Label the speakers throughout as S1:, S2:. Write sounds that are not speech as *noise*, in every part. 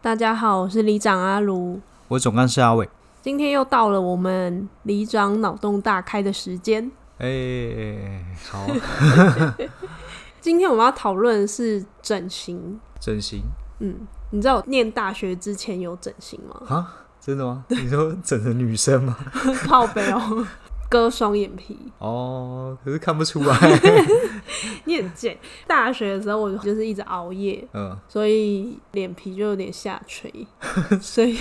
S1: 大家好，我是里长阿卢，
S2: 我总干事阿伟。
S1: 今天又到了我们里长脑洞大开的时间。
S2: 哎、好啊、
S1: 今天我们要讨论的是整形。
S2: *laughs* 整形
S1: 嗯，你知道我念大学之前有整形 *laughs* 吗？
S2: 啊，真的吗？ *laughs* 你说整成女生吗？
S1: 靠背哦，割双眼皮，
S2: *laughs* 哦，可是看不出 *laughs* 来。
S1: 你很贱。大学的时候我就是一直熬夜，
S2: 嗯，
S1: 所以脸皮就有点下垂，
S2: *laughs*
S1: 所以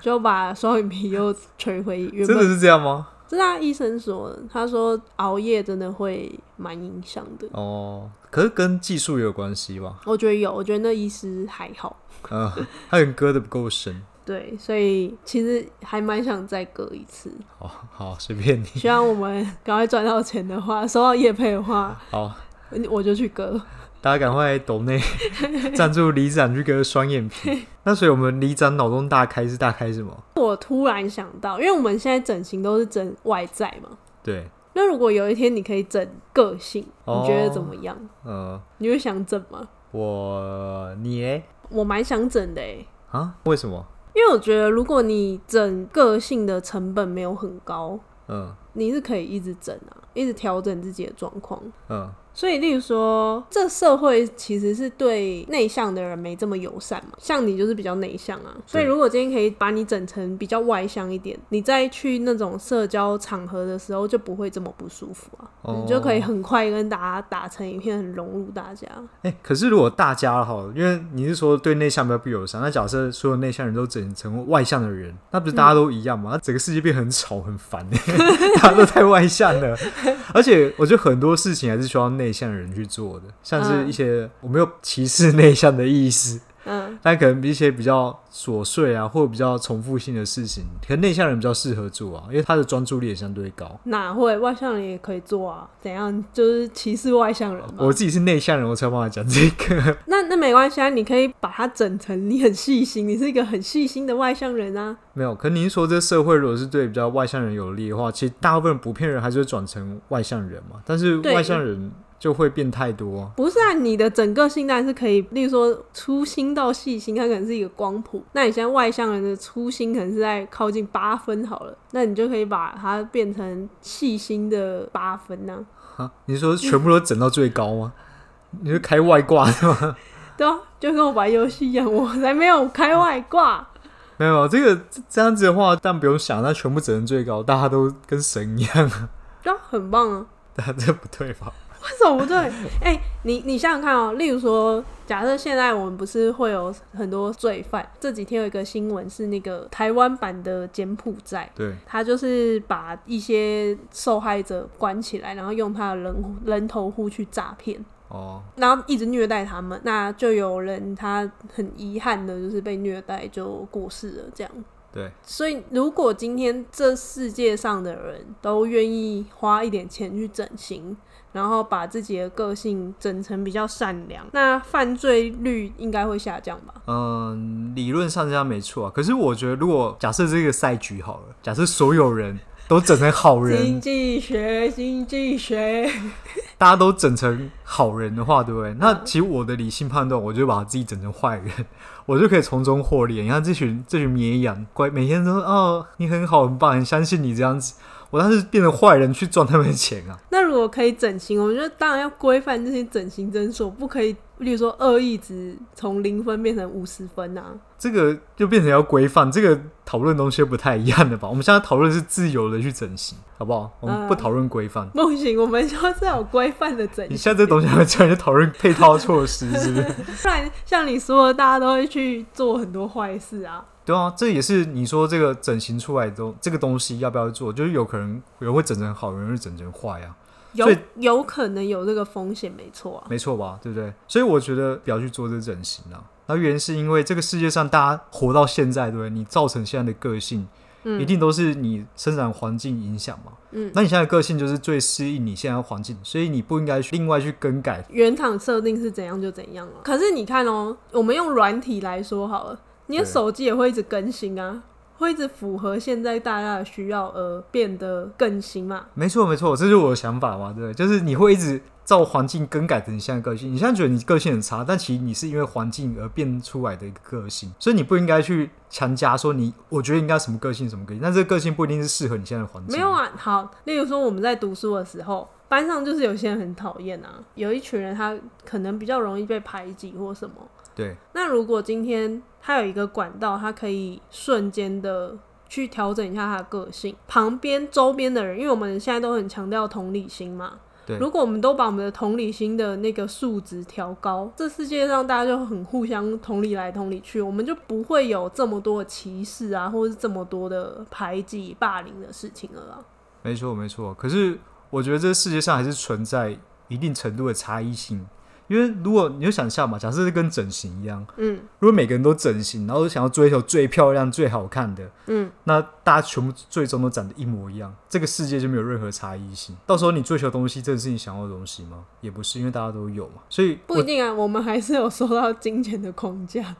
S1: 就把双眼皮又垂回原
S2: 真的
S1: 本。
S2: 是这样吗？
S1: 这是他医生说的，他说熬夜真的会蛮影响的。
S2: 哦，可是跟技术也有关系吧？
S1: 我觉得有，我觉得那医师还好。
S2: 嗯，他可能割的不够深。
S1: 对，所以其实还蛮想再割一次。
S2: 好哦好，随便你。
S1: 希望我们赶快赚到钱的话，收到业配的
S2: *laughs*
S1: 话，
S2: 好，
S1: 我就去割。
S2: 大家赶快抖 *laughs* 内赞助里长去割双眼皮。那所以我们里长脑洞大开是大开什么？
S1: 我突然想到，因为我们现在整形都是整外在嘛，
S2: 对，
S1: 那如果有一天你可以整个性，
S2: 哦
S1: 你觉得怎么样？
S2: 呃，
S1: 你会想整吗？
S2: 我你嘞
S1: 我蛮想整的诶，
S2: 啊？为什么？
S1: 因为我觉得如果你整个性的成本没有很高，
S2: 嗯
S1: 你是可以一直整啊，一直调整自己的状况。
S2: 嗯，
S1: 所以，例如说，这社会其实是对内向的人没这么友善嘛。像你就是比较内向啊，所以如果今天可以把你整成比较外向一点，你再去那种社交场合的时候就不会这么不舒服啊，
S2: 哦
S1: 你就可以很快跟大家打成一片，很融入大家。
S2: 哎、可是如果大家哈，因为你是说对内向比较不友善，那假设所有内向人都整成外向的人，那不是大家都一样吗？那整个世界变很吵很烦， *laughs* 大家都太外向了。而且我觉得很多事情还是需要内向人去做的，像是一些、我没有歧视内向的意思，
S1: 嗯，
S2: 但可能一些比较琐碎啊，或者比较重复性的事情，可能内向人比较适合做啊，因为他的专注力也相对高。
S1: 哪会外向人也可以做啊？怎样？就是歧视外向人嘛
S2: 我？自己是内向人，我才有办法讲这个。
S1: 那那没关系啊，你可以把它整成你很细心，你是一个很细心的外向人啊。
S2: 没有，可您说这社会如果是对比较外向人有利的话，其实大部分普遍人还是会转成外向人嘛。但是
S1: 对
S2: 外向人就会变太多啊，
S1: 不是啊，你的整个性当然是可以，例如说粗心到细心，它可能是一个光谱。那你现在外向人的粗心可能是在靠近八分好了，那你就可以把它变成细心的八分呢、
S2: 哈你说全部都整到最高吗？你就开外挂是吗？
S1: 对啊，就跟我玩游戏一样，我才没有开外挂。 *laughs*
S2: 没有，这个这这样子的话，但不用想，那全部整成最高，大家都跟神一样 *laughs* 啊，
S1: 对啊，很棒啊！
S2: 但这不对吧？
S1: 为什么不对？哎、你你想想看哦，例如说，假设现在我们不是会有很多罪犯？这几天有一个新闻是那个台湾版的柬埔寨，
S2: 对，
S1: 他就是把一些受害者关起来，然后用他的人人头户去诈骗，
S2: 哦，
S1: 然后一直虐待他们。那就有人他很遗憾的就是被虐待就过世了，这样。
S2: 对，
S1: 所以，如果今天这世界上的人都愿意花一点钱去整形，然后把自己的个性整成比较善良，那犯罪率应该会下降吧？
S2: 嗯，理论上这样没错啊。可是我觉得，如果假设这个赛局好了，假设所有人都整成好人
S1: 经，济学，经济学，
S2: 大家都整成好人的话，对不对？那其实我的理性判断，我就把自己整成坏人，我就可以从中获利。你看这群这群绵羊，乖，每天都说哦，你很好，很棒，很相信你这样子。我当时变成坏人去赚他们的钱啊！ *laughs*
S1: 那如果可以整形，我觉得当然要规范这些整形诊所，不可以，例如说恶意值从零分变成五十分啊。 *laughs*
S2: 这个就变成要规范，这个讨论东西不太一样了吧？我们现在讨论是自由的去整形，好不好？我们不
S1: 嗯
S2: 讨论规范。
S1: 不行，我们要是有规范的整
S2: 你
S1: 形，
S2: 现在这东西还会这样就讨论配套措施，是不是？
S1: 不然像你说的，大家都会去做很多坏事啊。
S2: 对啊，这也是你说这个整形出来的东这个东西要不要做，就是有可能有人会整成好，有人会整成坏啊。所
S1: 有
S2: 以
S1: 有可能有这个风险，没错啊。
S2: 没错吧？对不对？所以我觉得不要去做这整形啊。然后原因是因为这个世界上大家活到现在，对不对？你造成现在的个性，
S1: 嗯
S2: 一定都是你生长环境影响嘛。
S1: 嗯
S2: 那你现在的个性就是最适应你现在的环境，所以你不应该去另外去更改。
S1: 原厂设定是怎样就怎样了。啊可是你看哦、我们用软体来说好了，你的
S2: 对
S1: 手机也会一直更新啊，会一直符合现在大家的需要而变得更新嘛。
S2: 没错，没错，这就是我的想法嘛，对不对？就是你会一直照环境更改成你现在的个性。你现在觉得你个性很差，但其实你是因为环境而变出来的一个个性，所以你不应该去强加说你，我觉得应该什么个性什么个性，但这个个性不一定是适合你现在的环境。
S1: 没有啊，好，例如说我们在读书的时候，班上就是有些人很讨厌啊，有一群人他可能比较容易被排挤或什么。
S2: 对，
S1: 那如果今天他有一个管道，他可以瞬间的去调整一下他的个性，旁边周边的人，因为我们现在都很强调同理心嘛。
S2: 对
S1: 如果我们都把我们的同理心的那个数值调高，这世界上大家就很互相同理来同理去，我们就不会有这么多的歧视啊，或者是这么多的排挤、霸凌的事情了啊。
S2: 没错，没错。可是我觉得这世界上还是存在一定程度的差异性，因为如果你就想象嘛，假设是跟整形一样，
S1: 嗯，
S2: 如果每个人都整形，然后想要追求最漂亮、最好看的，
S1: 嗯，
S2: 那大家全部最终都长得一模一样，这个世界就没有任何差异性。到时候你追求的东西，真的是你想要的东西吗？也不是，因为大家都有嘛。所以我，
S1: 不一定啊，我们还是有受到金钱的框架。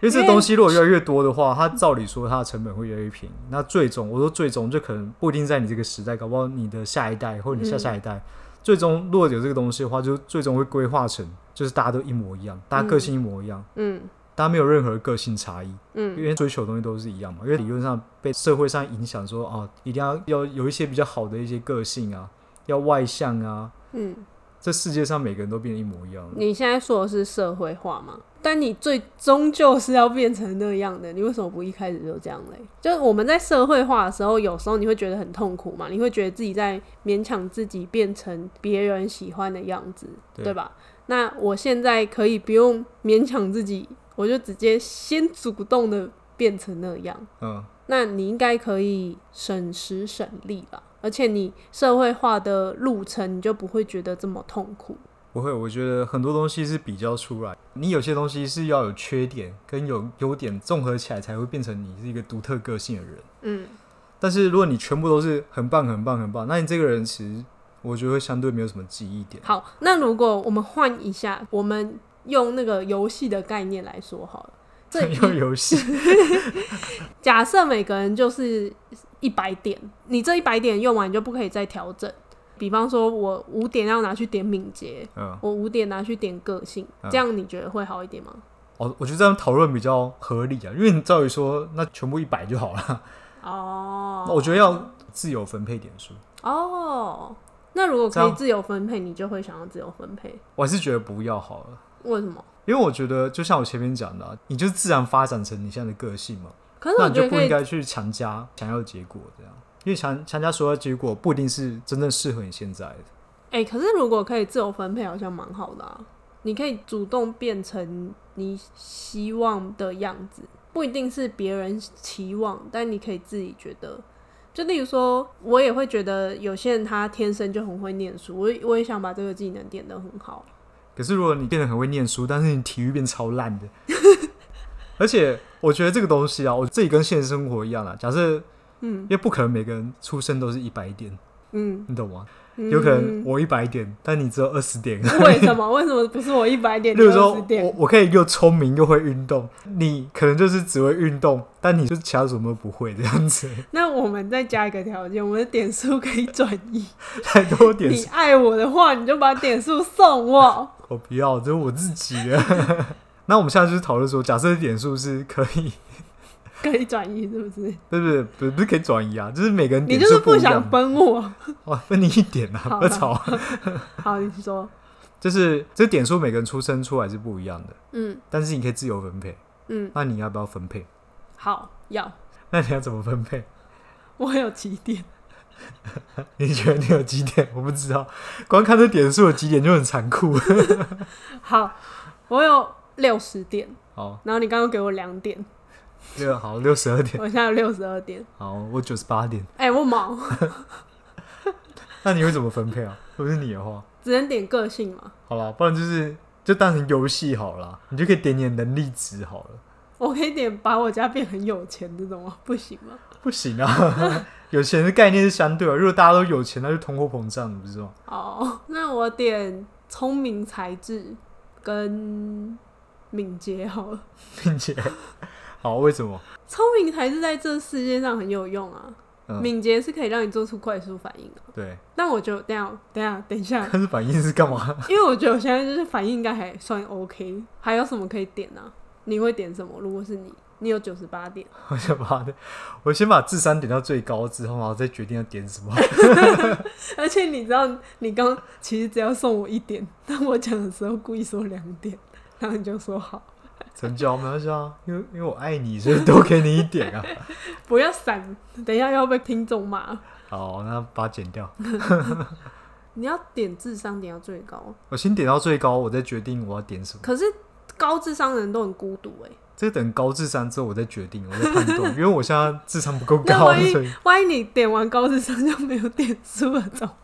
S2: 因为这东西如果越来越多的话，它照理说它的成本会越来越便宜。那最终，我说最终就可能不一定在你这个时代，搞不好你的下一代或者你
S1: 嗯
S2: 下下一代，最终如果有这个东西的话，就最终会规划成就是大家都一模一样，大家个性一模一样，
S1: 嗯
S2: 大家没有任何个性差异。
S1: 嗯
S2: 因为追求的东西都是一样嘛，因为理论上被社会上影响说哦，一定要要有一些比较好的一些个性啊，要外向啊，
S1: 嗯。
S2: 这世界上每个人都变得一模一样。
S1: 你现在说的是社会化吗？但你最终究是要变成那样的，你为什么不一开始就这样嘞？就是我们在社会化的时候，有时候你会觉得很痛苦嘛，你会觉得自己在勉强自己变成别人喜欢的样子，
S2: 对
S1: 对吧？那我现在可以不用勉强自己，我就直接先主动的变成那样。
S2: 嗯，
S1: 那你应该可以省时省力吧，而且你社会化的路程，你就不会觉得这么痛苦。
S2: 不会，我觉得很多东西是比较出来，你有些东西是要有缺点跟有优点综合起来，才会变成你是一个独特个性的人。
S1: 嗯。
S2: 但是如果你全部都是很棒、很棒、很棒，那你这个人其实我觉得会相对没有什么记忆点。
S1: 好，那如果我们换一下，我们用那个游戏的概念来说好了。 *laughs* 这
S2: *laughs* 又游戏，
S1: 假设每个人就是一百点，你这一百点用完你就不可以再调整。比方说，我五点要拿去点敏捷，
S2: 嗯，
S1: 我五点拿去点个性，
S2: 嗯
S1: 这样你觉得会好一点吗？
S2: 哦，我觉得这样讨论比较合理啊，因为你照理说，那全部一百就好了。
S1: 哦，
S2: 我觉得要自由分配点数，
S1: 哦，那如果
S2: 这
S1: 可以
S2: 样
S1: 自由分配，你就会想要自由分配，
S2: 我还是觉得不要好了，
S1: 为什么？
S2: 因为我觉得就像我前面讲的啊、你就自然发展成你现在的个性嘛，
S1: 可是
S2: 那
S1: 我
S2: 你
S1: 觉
S2: 就
S1: 得
S2: 不
S1: 可
S2: 应
S1: 以
S2: 该去强加想要的结果这样，因为强强加所要的结果不一定是真正适合你现在的。
S1: 哎、可是如果可以自由分配，好像蛮好的啊。你可以主动变成你希望的样子，不一定是别人期望，但你可以自己觉得。就例如说，我也会觉得有些人他天生就很会念书，我也我也想把这个技能练得很好。
S2: 可是如果你变得很会念书，但是你体育变超
S1: *laughs*
S2: 烂的，而且我觉得这个东西啊，我自己跟现实生活一样啊，假设。
S1: 嗯，
S2: 因为不可能每个人出生都是一百点，
S1: 嗯，
S2: 你懂吗？
S1: 嗯
S2: 有可能我一百点，但你只有二十点。 *laughs*
S1: 为什么？为什么不是嗯我一百点
S2: 例如
S1: 六
S2: 说，
S1: 十点
S2: 我？我可以又聪明又会运动，你可能就是只会运动，但你就其他什么都不会这样子，
S1: 那我们再加一个条件，我们的点数可以转移。
S2: 太多点
S1: 你爱我的话，你就把点数送我。
S2: 我不要，这是我自己的。 *laughs* 那我们现在就是讨论说，假设点数是可以， *laughs*
S1: 可以转移是不是？
S2: 不是不是不是不是可以转移啊，就是每个人
S1: 你
S2: 点
S1: 就是
S2: 数不一
S1: 想
S2: 样，
S1: 分我。
S2: 哇，分你一点啊，
S1: 好
S2: 不要吵啊，
S1: 好，你说，
S2: 就是这点数每个人出生出来是不一样的，
S1: 嗯
S2: 但是你可以自由分配，
S1: 嗯，
S2: 那你要不要分配？ *laughs*
S1: 好，要
S2: 那你要怎么分配？
S1: 我有几点？
S2: 你觉得你有几点？我不知道，光看这点数有几点就很残酷。
S1: 好，我有六十点，
S2: 好，
S1: 然后你刚刚给我两点，
S2: 六好六十二点。
S1: 哎我现在有六十二点。
S2: 好，我九十八点。
S1: 哎、我毛，
S2: 那你会怎么分配啊？如果是你的话，
S1: 只能点个性嘛。
S2: 好啦，不然就是就当成游戏好了，你就可以点你的能力值好了。
S1: 我可以点把我家变很有钱这种吗？不行吗？
S2: 不行啊， *laughs* 有钱的概念是相对的，如果大家都有钱，那就通货膨胀，你不知道？
S1: 哦，那我点聪明才智跟敏捷好了。
S2: 并且，好，为什么？
S1: 聪明才智在这世界上很有用啊，
S2: 嗯，
S1: 敏捷是可以让你做出快速反应的、
S2: 对，
S1: 但我觉得等一下等一下等一下， *laughs*
S2: 但是反应是干嘛？ *laughs*
S1: 因为我觉得我现在就是反应应该还算 OK。还有什么可以点呢、啊？你会点什么？如果是你，你有九十八点， *laughs*
S2: 我先把它我先把智商点到最高之后，然后再决定要点什么。
S1: 而且你知道你刚其实只要送我一点， *laughs* 但我讲的时候故意说两点，然后你就说好，
S2: 成交没关系啊，因为因为我爱你，所以多给你一点啊。 *laughs*
S1: 不要闪，等一下要被听众骂。
S2: 好，那把它剪掉。
S1: 你要点智商点到最高，
S2: 我先点到最高，我再决定我要点什么。
S1: 可是高智商的人都很孤独哎、
S2: 这等高智商之后，我再决定，我再
S1: *laughs*
S2: 判断，因为我现在智商不够
S1: 那
S2: 高，
S1: 万一
S2: 所以
S1: 万一你点完高智商就没有点数了，怎么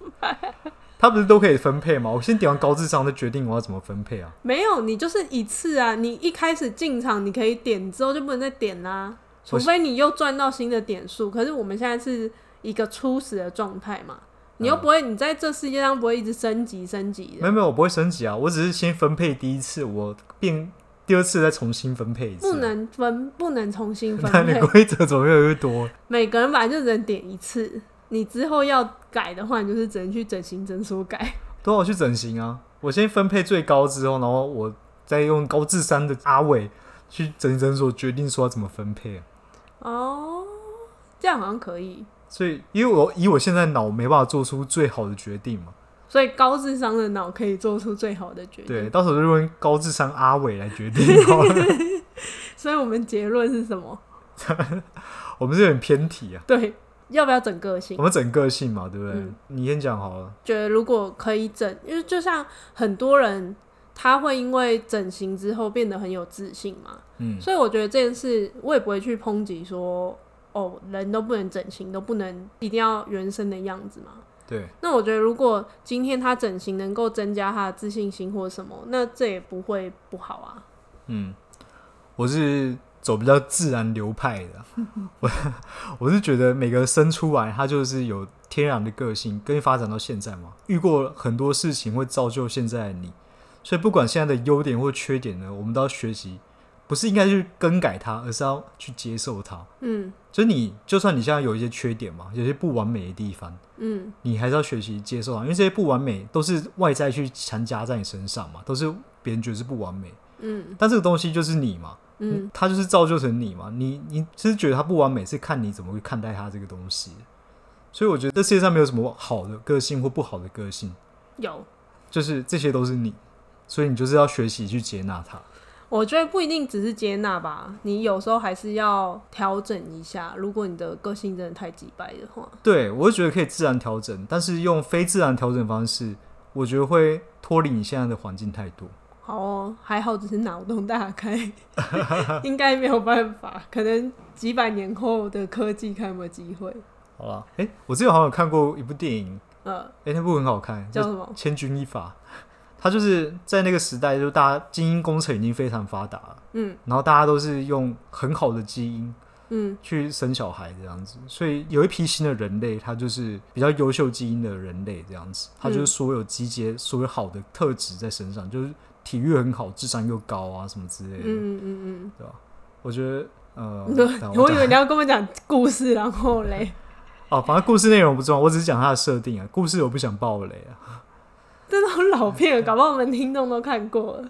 S2: 他不是都可以分配吗？我先点完高智商，再决定我要怎么分配啊。
S1: 没有，你就是一次啊！你一开始进场你可以点，之后就不能再点啦、除
S2: 我
S1: 非你又赚到新的点数。可是我们现在是一个初始的状态嘛，你又不会，你在这世界上不会一直升级升级
S2: 没
S1: 的，
S2: 有没有，我不会升级啊，我只是先分配第一次，我变第二次再重新分配一次。
S1: 不能分，不能重新分
S2: *laughs* 那你
S1: 配。
S2: 规则怎么越来越多？
S1: 每个人本来就只能点一次，你之后要改的话，你就是只能去整形诊所改。
S2: 都要去整形啊！我先分配最高之后，然后我再用高智商的阿伟去整形诊所决定说要怎么分配、啊。
S1: 哦，这样好像可以。
S2: 所以，因为我以我现在脑没办法做出最好的决定嘛，
S1: 所以高智商的脑可以做出最好的决定。
S2: 对，到时候就用高智商阿伟来决定好了。 *laughs*
S1: 所以我们结论是什么？
S2: 我们是有点偏题啊，
S1: 对，要不要整个性
S2: 我？们整个性嘛，对不对？
S1: 嗯
S2: 你先讲好了，
S1: 觉得如果可以整，因为就像很多人他会因为整形之后变得很有自信嘛，
S2: 嗯，
S1: 所以我觉得这件事我也不会去抨击说哦，人都不能整形，都不能一定要原生的样子嘛。
S2: 对，
S1: 那我觉得如果今天他整形能够增加他的自信心或什么，那这也不会不好啊。
S2: 嗯，我是走比较自然流派的，我我是觉得每个生出来他就是有天然的个性，跟发展到现在嘛，遇过很多事情会造就现在的你，所以不管现在的优点或缺点呢，我们都要学习，不是应该去更改它，而是要去接受它。
S1: 嗯
S2: 就是你，就算你现在有一些缺点嘛，有些不完美的地方，
S1: 嗯，
S2: 你还是要学习接受它，因为这些不完美都是外在去强加在你身上嘛，都是别人觉得是不完美，
S1: 嗯
S2: 但这个东西就是你嘛，
S1: 嗯，
S2: 它就是造就成你嘛。你你其实觉得它不完美，是看你怎么去看待它这个东西。所以我觉得这世界上没有什么好的个性或不好的个性，
S1: 有。
S2: 就是这些都是你，所以你就是要学习去接纳它。
S1: 我觉得不一定只是接纳吧，你有时候还是要调整一下。如果你的个性真的太急掰的话，
S2: 对我就觉得可以自然调整，但是用非自然调整方式，我觉得会脱离你现在的环境太多。
S1: 好哦，还好只是脑洞大开，应该没有办法。可能几百年后的科技看有没有机会。
S2: 好啦，诶，我之前好像有看过一部电影，
S1: 呃，
S2: 诶，那部很好看，
S1: 叫
S2: 叫
S1: 什么
S2: 《千钧一发》。它就是在那个时代，就大家精英工程已经非常发达了，
S1: 嗯
S2: 然后大家都是用很好的基因
S1: 嗯
S2: 去生小孩这样子，所以有一批新的人类，他就是比较优秀基因的人类这样子，
S1: 嗯
S2: 他就是所有集结所有好的特质在身上，就是体育很好，智商又高啊什么之类
S1: 嗯
S2: 的，
S1: 嗯嗯
S2: 对吧？我觉得呃，
S1: 嗯，
S2: 等
S1: *laughs* 对，
S2: 我
S1: 我以
S2: 讲
S1: 为你要跟我讲故事，然后嘞，
S2: 哦，反正故事内容不重要，我只是讲它的设定啊，故事我不想爆雷啊， *laughs*
S1: 这种老片啊了，搞不好我们听众都看过了。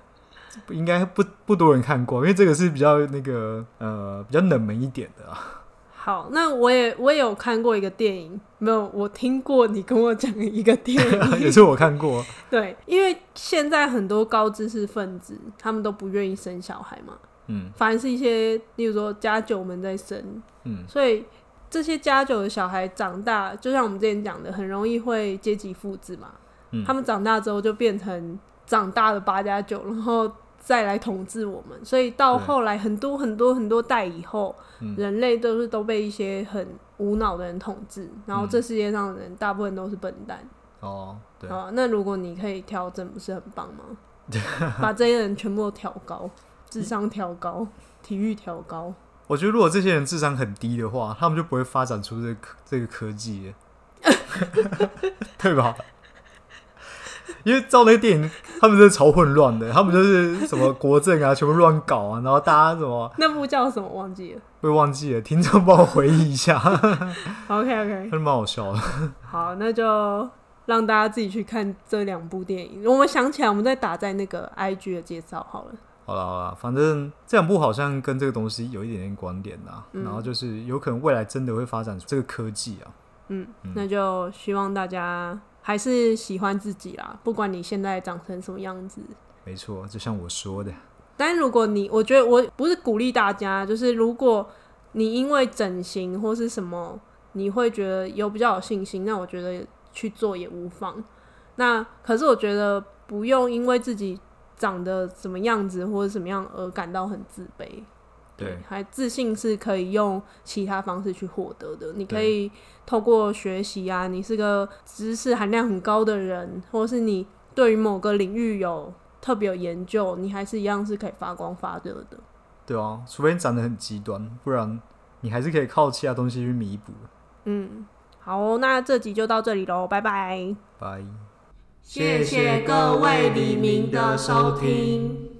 S2: 不应该不不多人看过，因为这个是比较那个呃比较冷门一点的啊。 *laughs*
S1: 好，那我也我也有看过一个电影，没有，我听过你跟我讲的一个电影，
S2: *laughs* 也是我看过，
S1: 对，因为现在很多高知识分子他们都不愿意生小孩嘛，
S2: 嗯
S1: 反而是一些例如说家酒们在生，
S2: 嗯，
S1: 所以这些家酒的小孩长大，就像我们之前讲的，很容易会阶级复制嘛。
S2: 嗯
S1: 他们长大之后就变成长大的八加九，然后再来统治我们。所以到
S2: 对嗯
S1: 后来很多很多很多代以后，人类都是都被一些很无脑的人统治，然
S2: 嗯
S1: 后这世界上的人大部分都是笨蛋。
S2: 哦，对，
S1: 好啊，那如果你可以调整，不是很棒吗？ *laughs* 把这些人全部都调高，智商调高，体育调高。
S2: 我觉得如果这些人智商很低的话，他们就不会发展出这个科这个科技耶， *laughs* 对吧？因为照那个电影，他们真的超混乱的，他们就是什么国政啊，全部乱搞啊，然后大家什么
S1: 那部叫什么忘记了
S2: 被忘记了，听众帮我回忆一下， *laughs*
S1: ？OK OK，
S2: 还蛮好笑的。
S1: 好，那就让大家自己去看这两部电影。我们想起来，我们再打在那个 IG 的介绍好了。
S2: 好了好了，反正这两部好像跟这个东西有一点点关联啦、然后就是有可能未来真的会发展出这个科技啊。
S1: 嗯，那就希望大家还是喜欢自己啦，不管你现在长成什么样子。
S2: 没错，就像我说的，
S1: 但如果你，我觉得我不是鼓励大家，就是如果你因为整形或是什么，你会觉得有比较有信心，那我觉得去做也无妨。那可是我觉得不用因为自己长得什么样子或者什么样而感到很自卑。
S2: 对，
S1: 还自信是可以用其他方式去获得的。你可
S2: 对
S1: 以透过学习啊，你是个知识含量很高的人，或是你对于某个领域有特别有研究，你还是一样是可以发光发热的。
S2: 对啊，除非你长得很极端，不然你还是可以靠其他东西去弥补。
S1: 嗯，好哦、那这集就到这里喽，拜拜。
S2: 拜。
S1: 谢谢各位黎明的收听。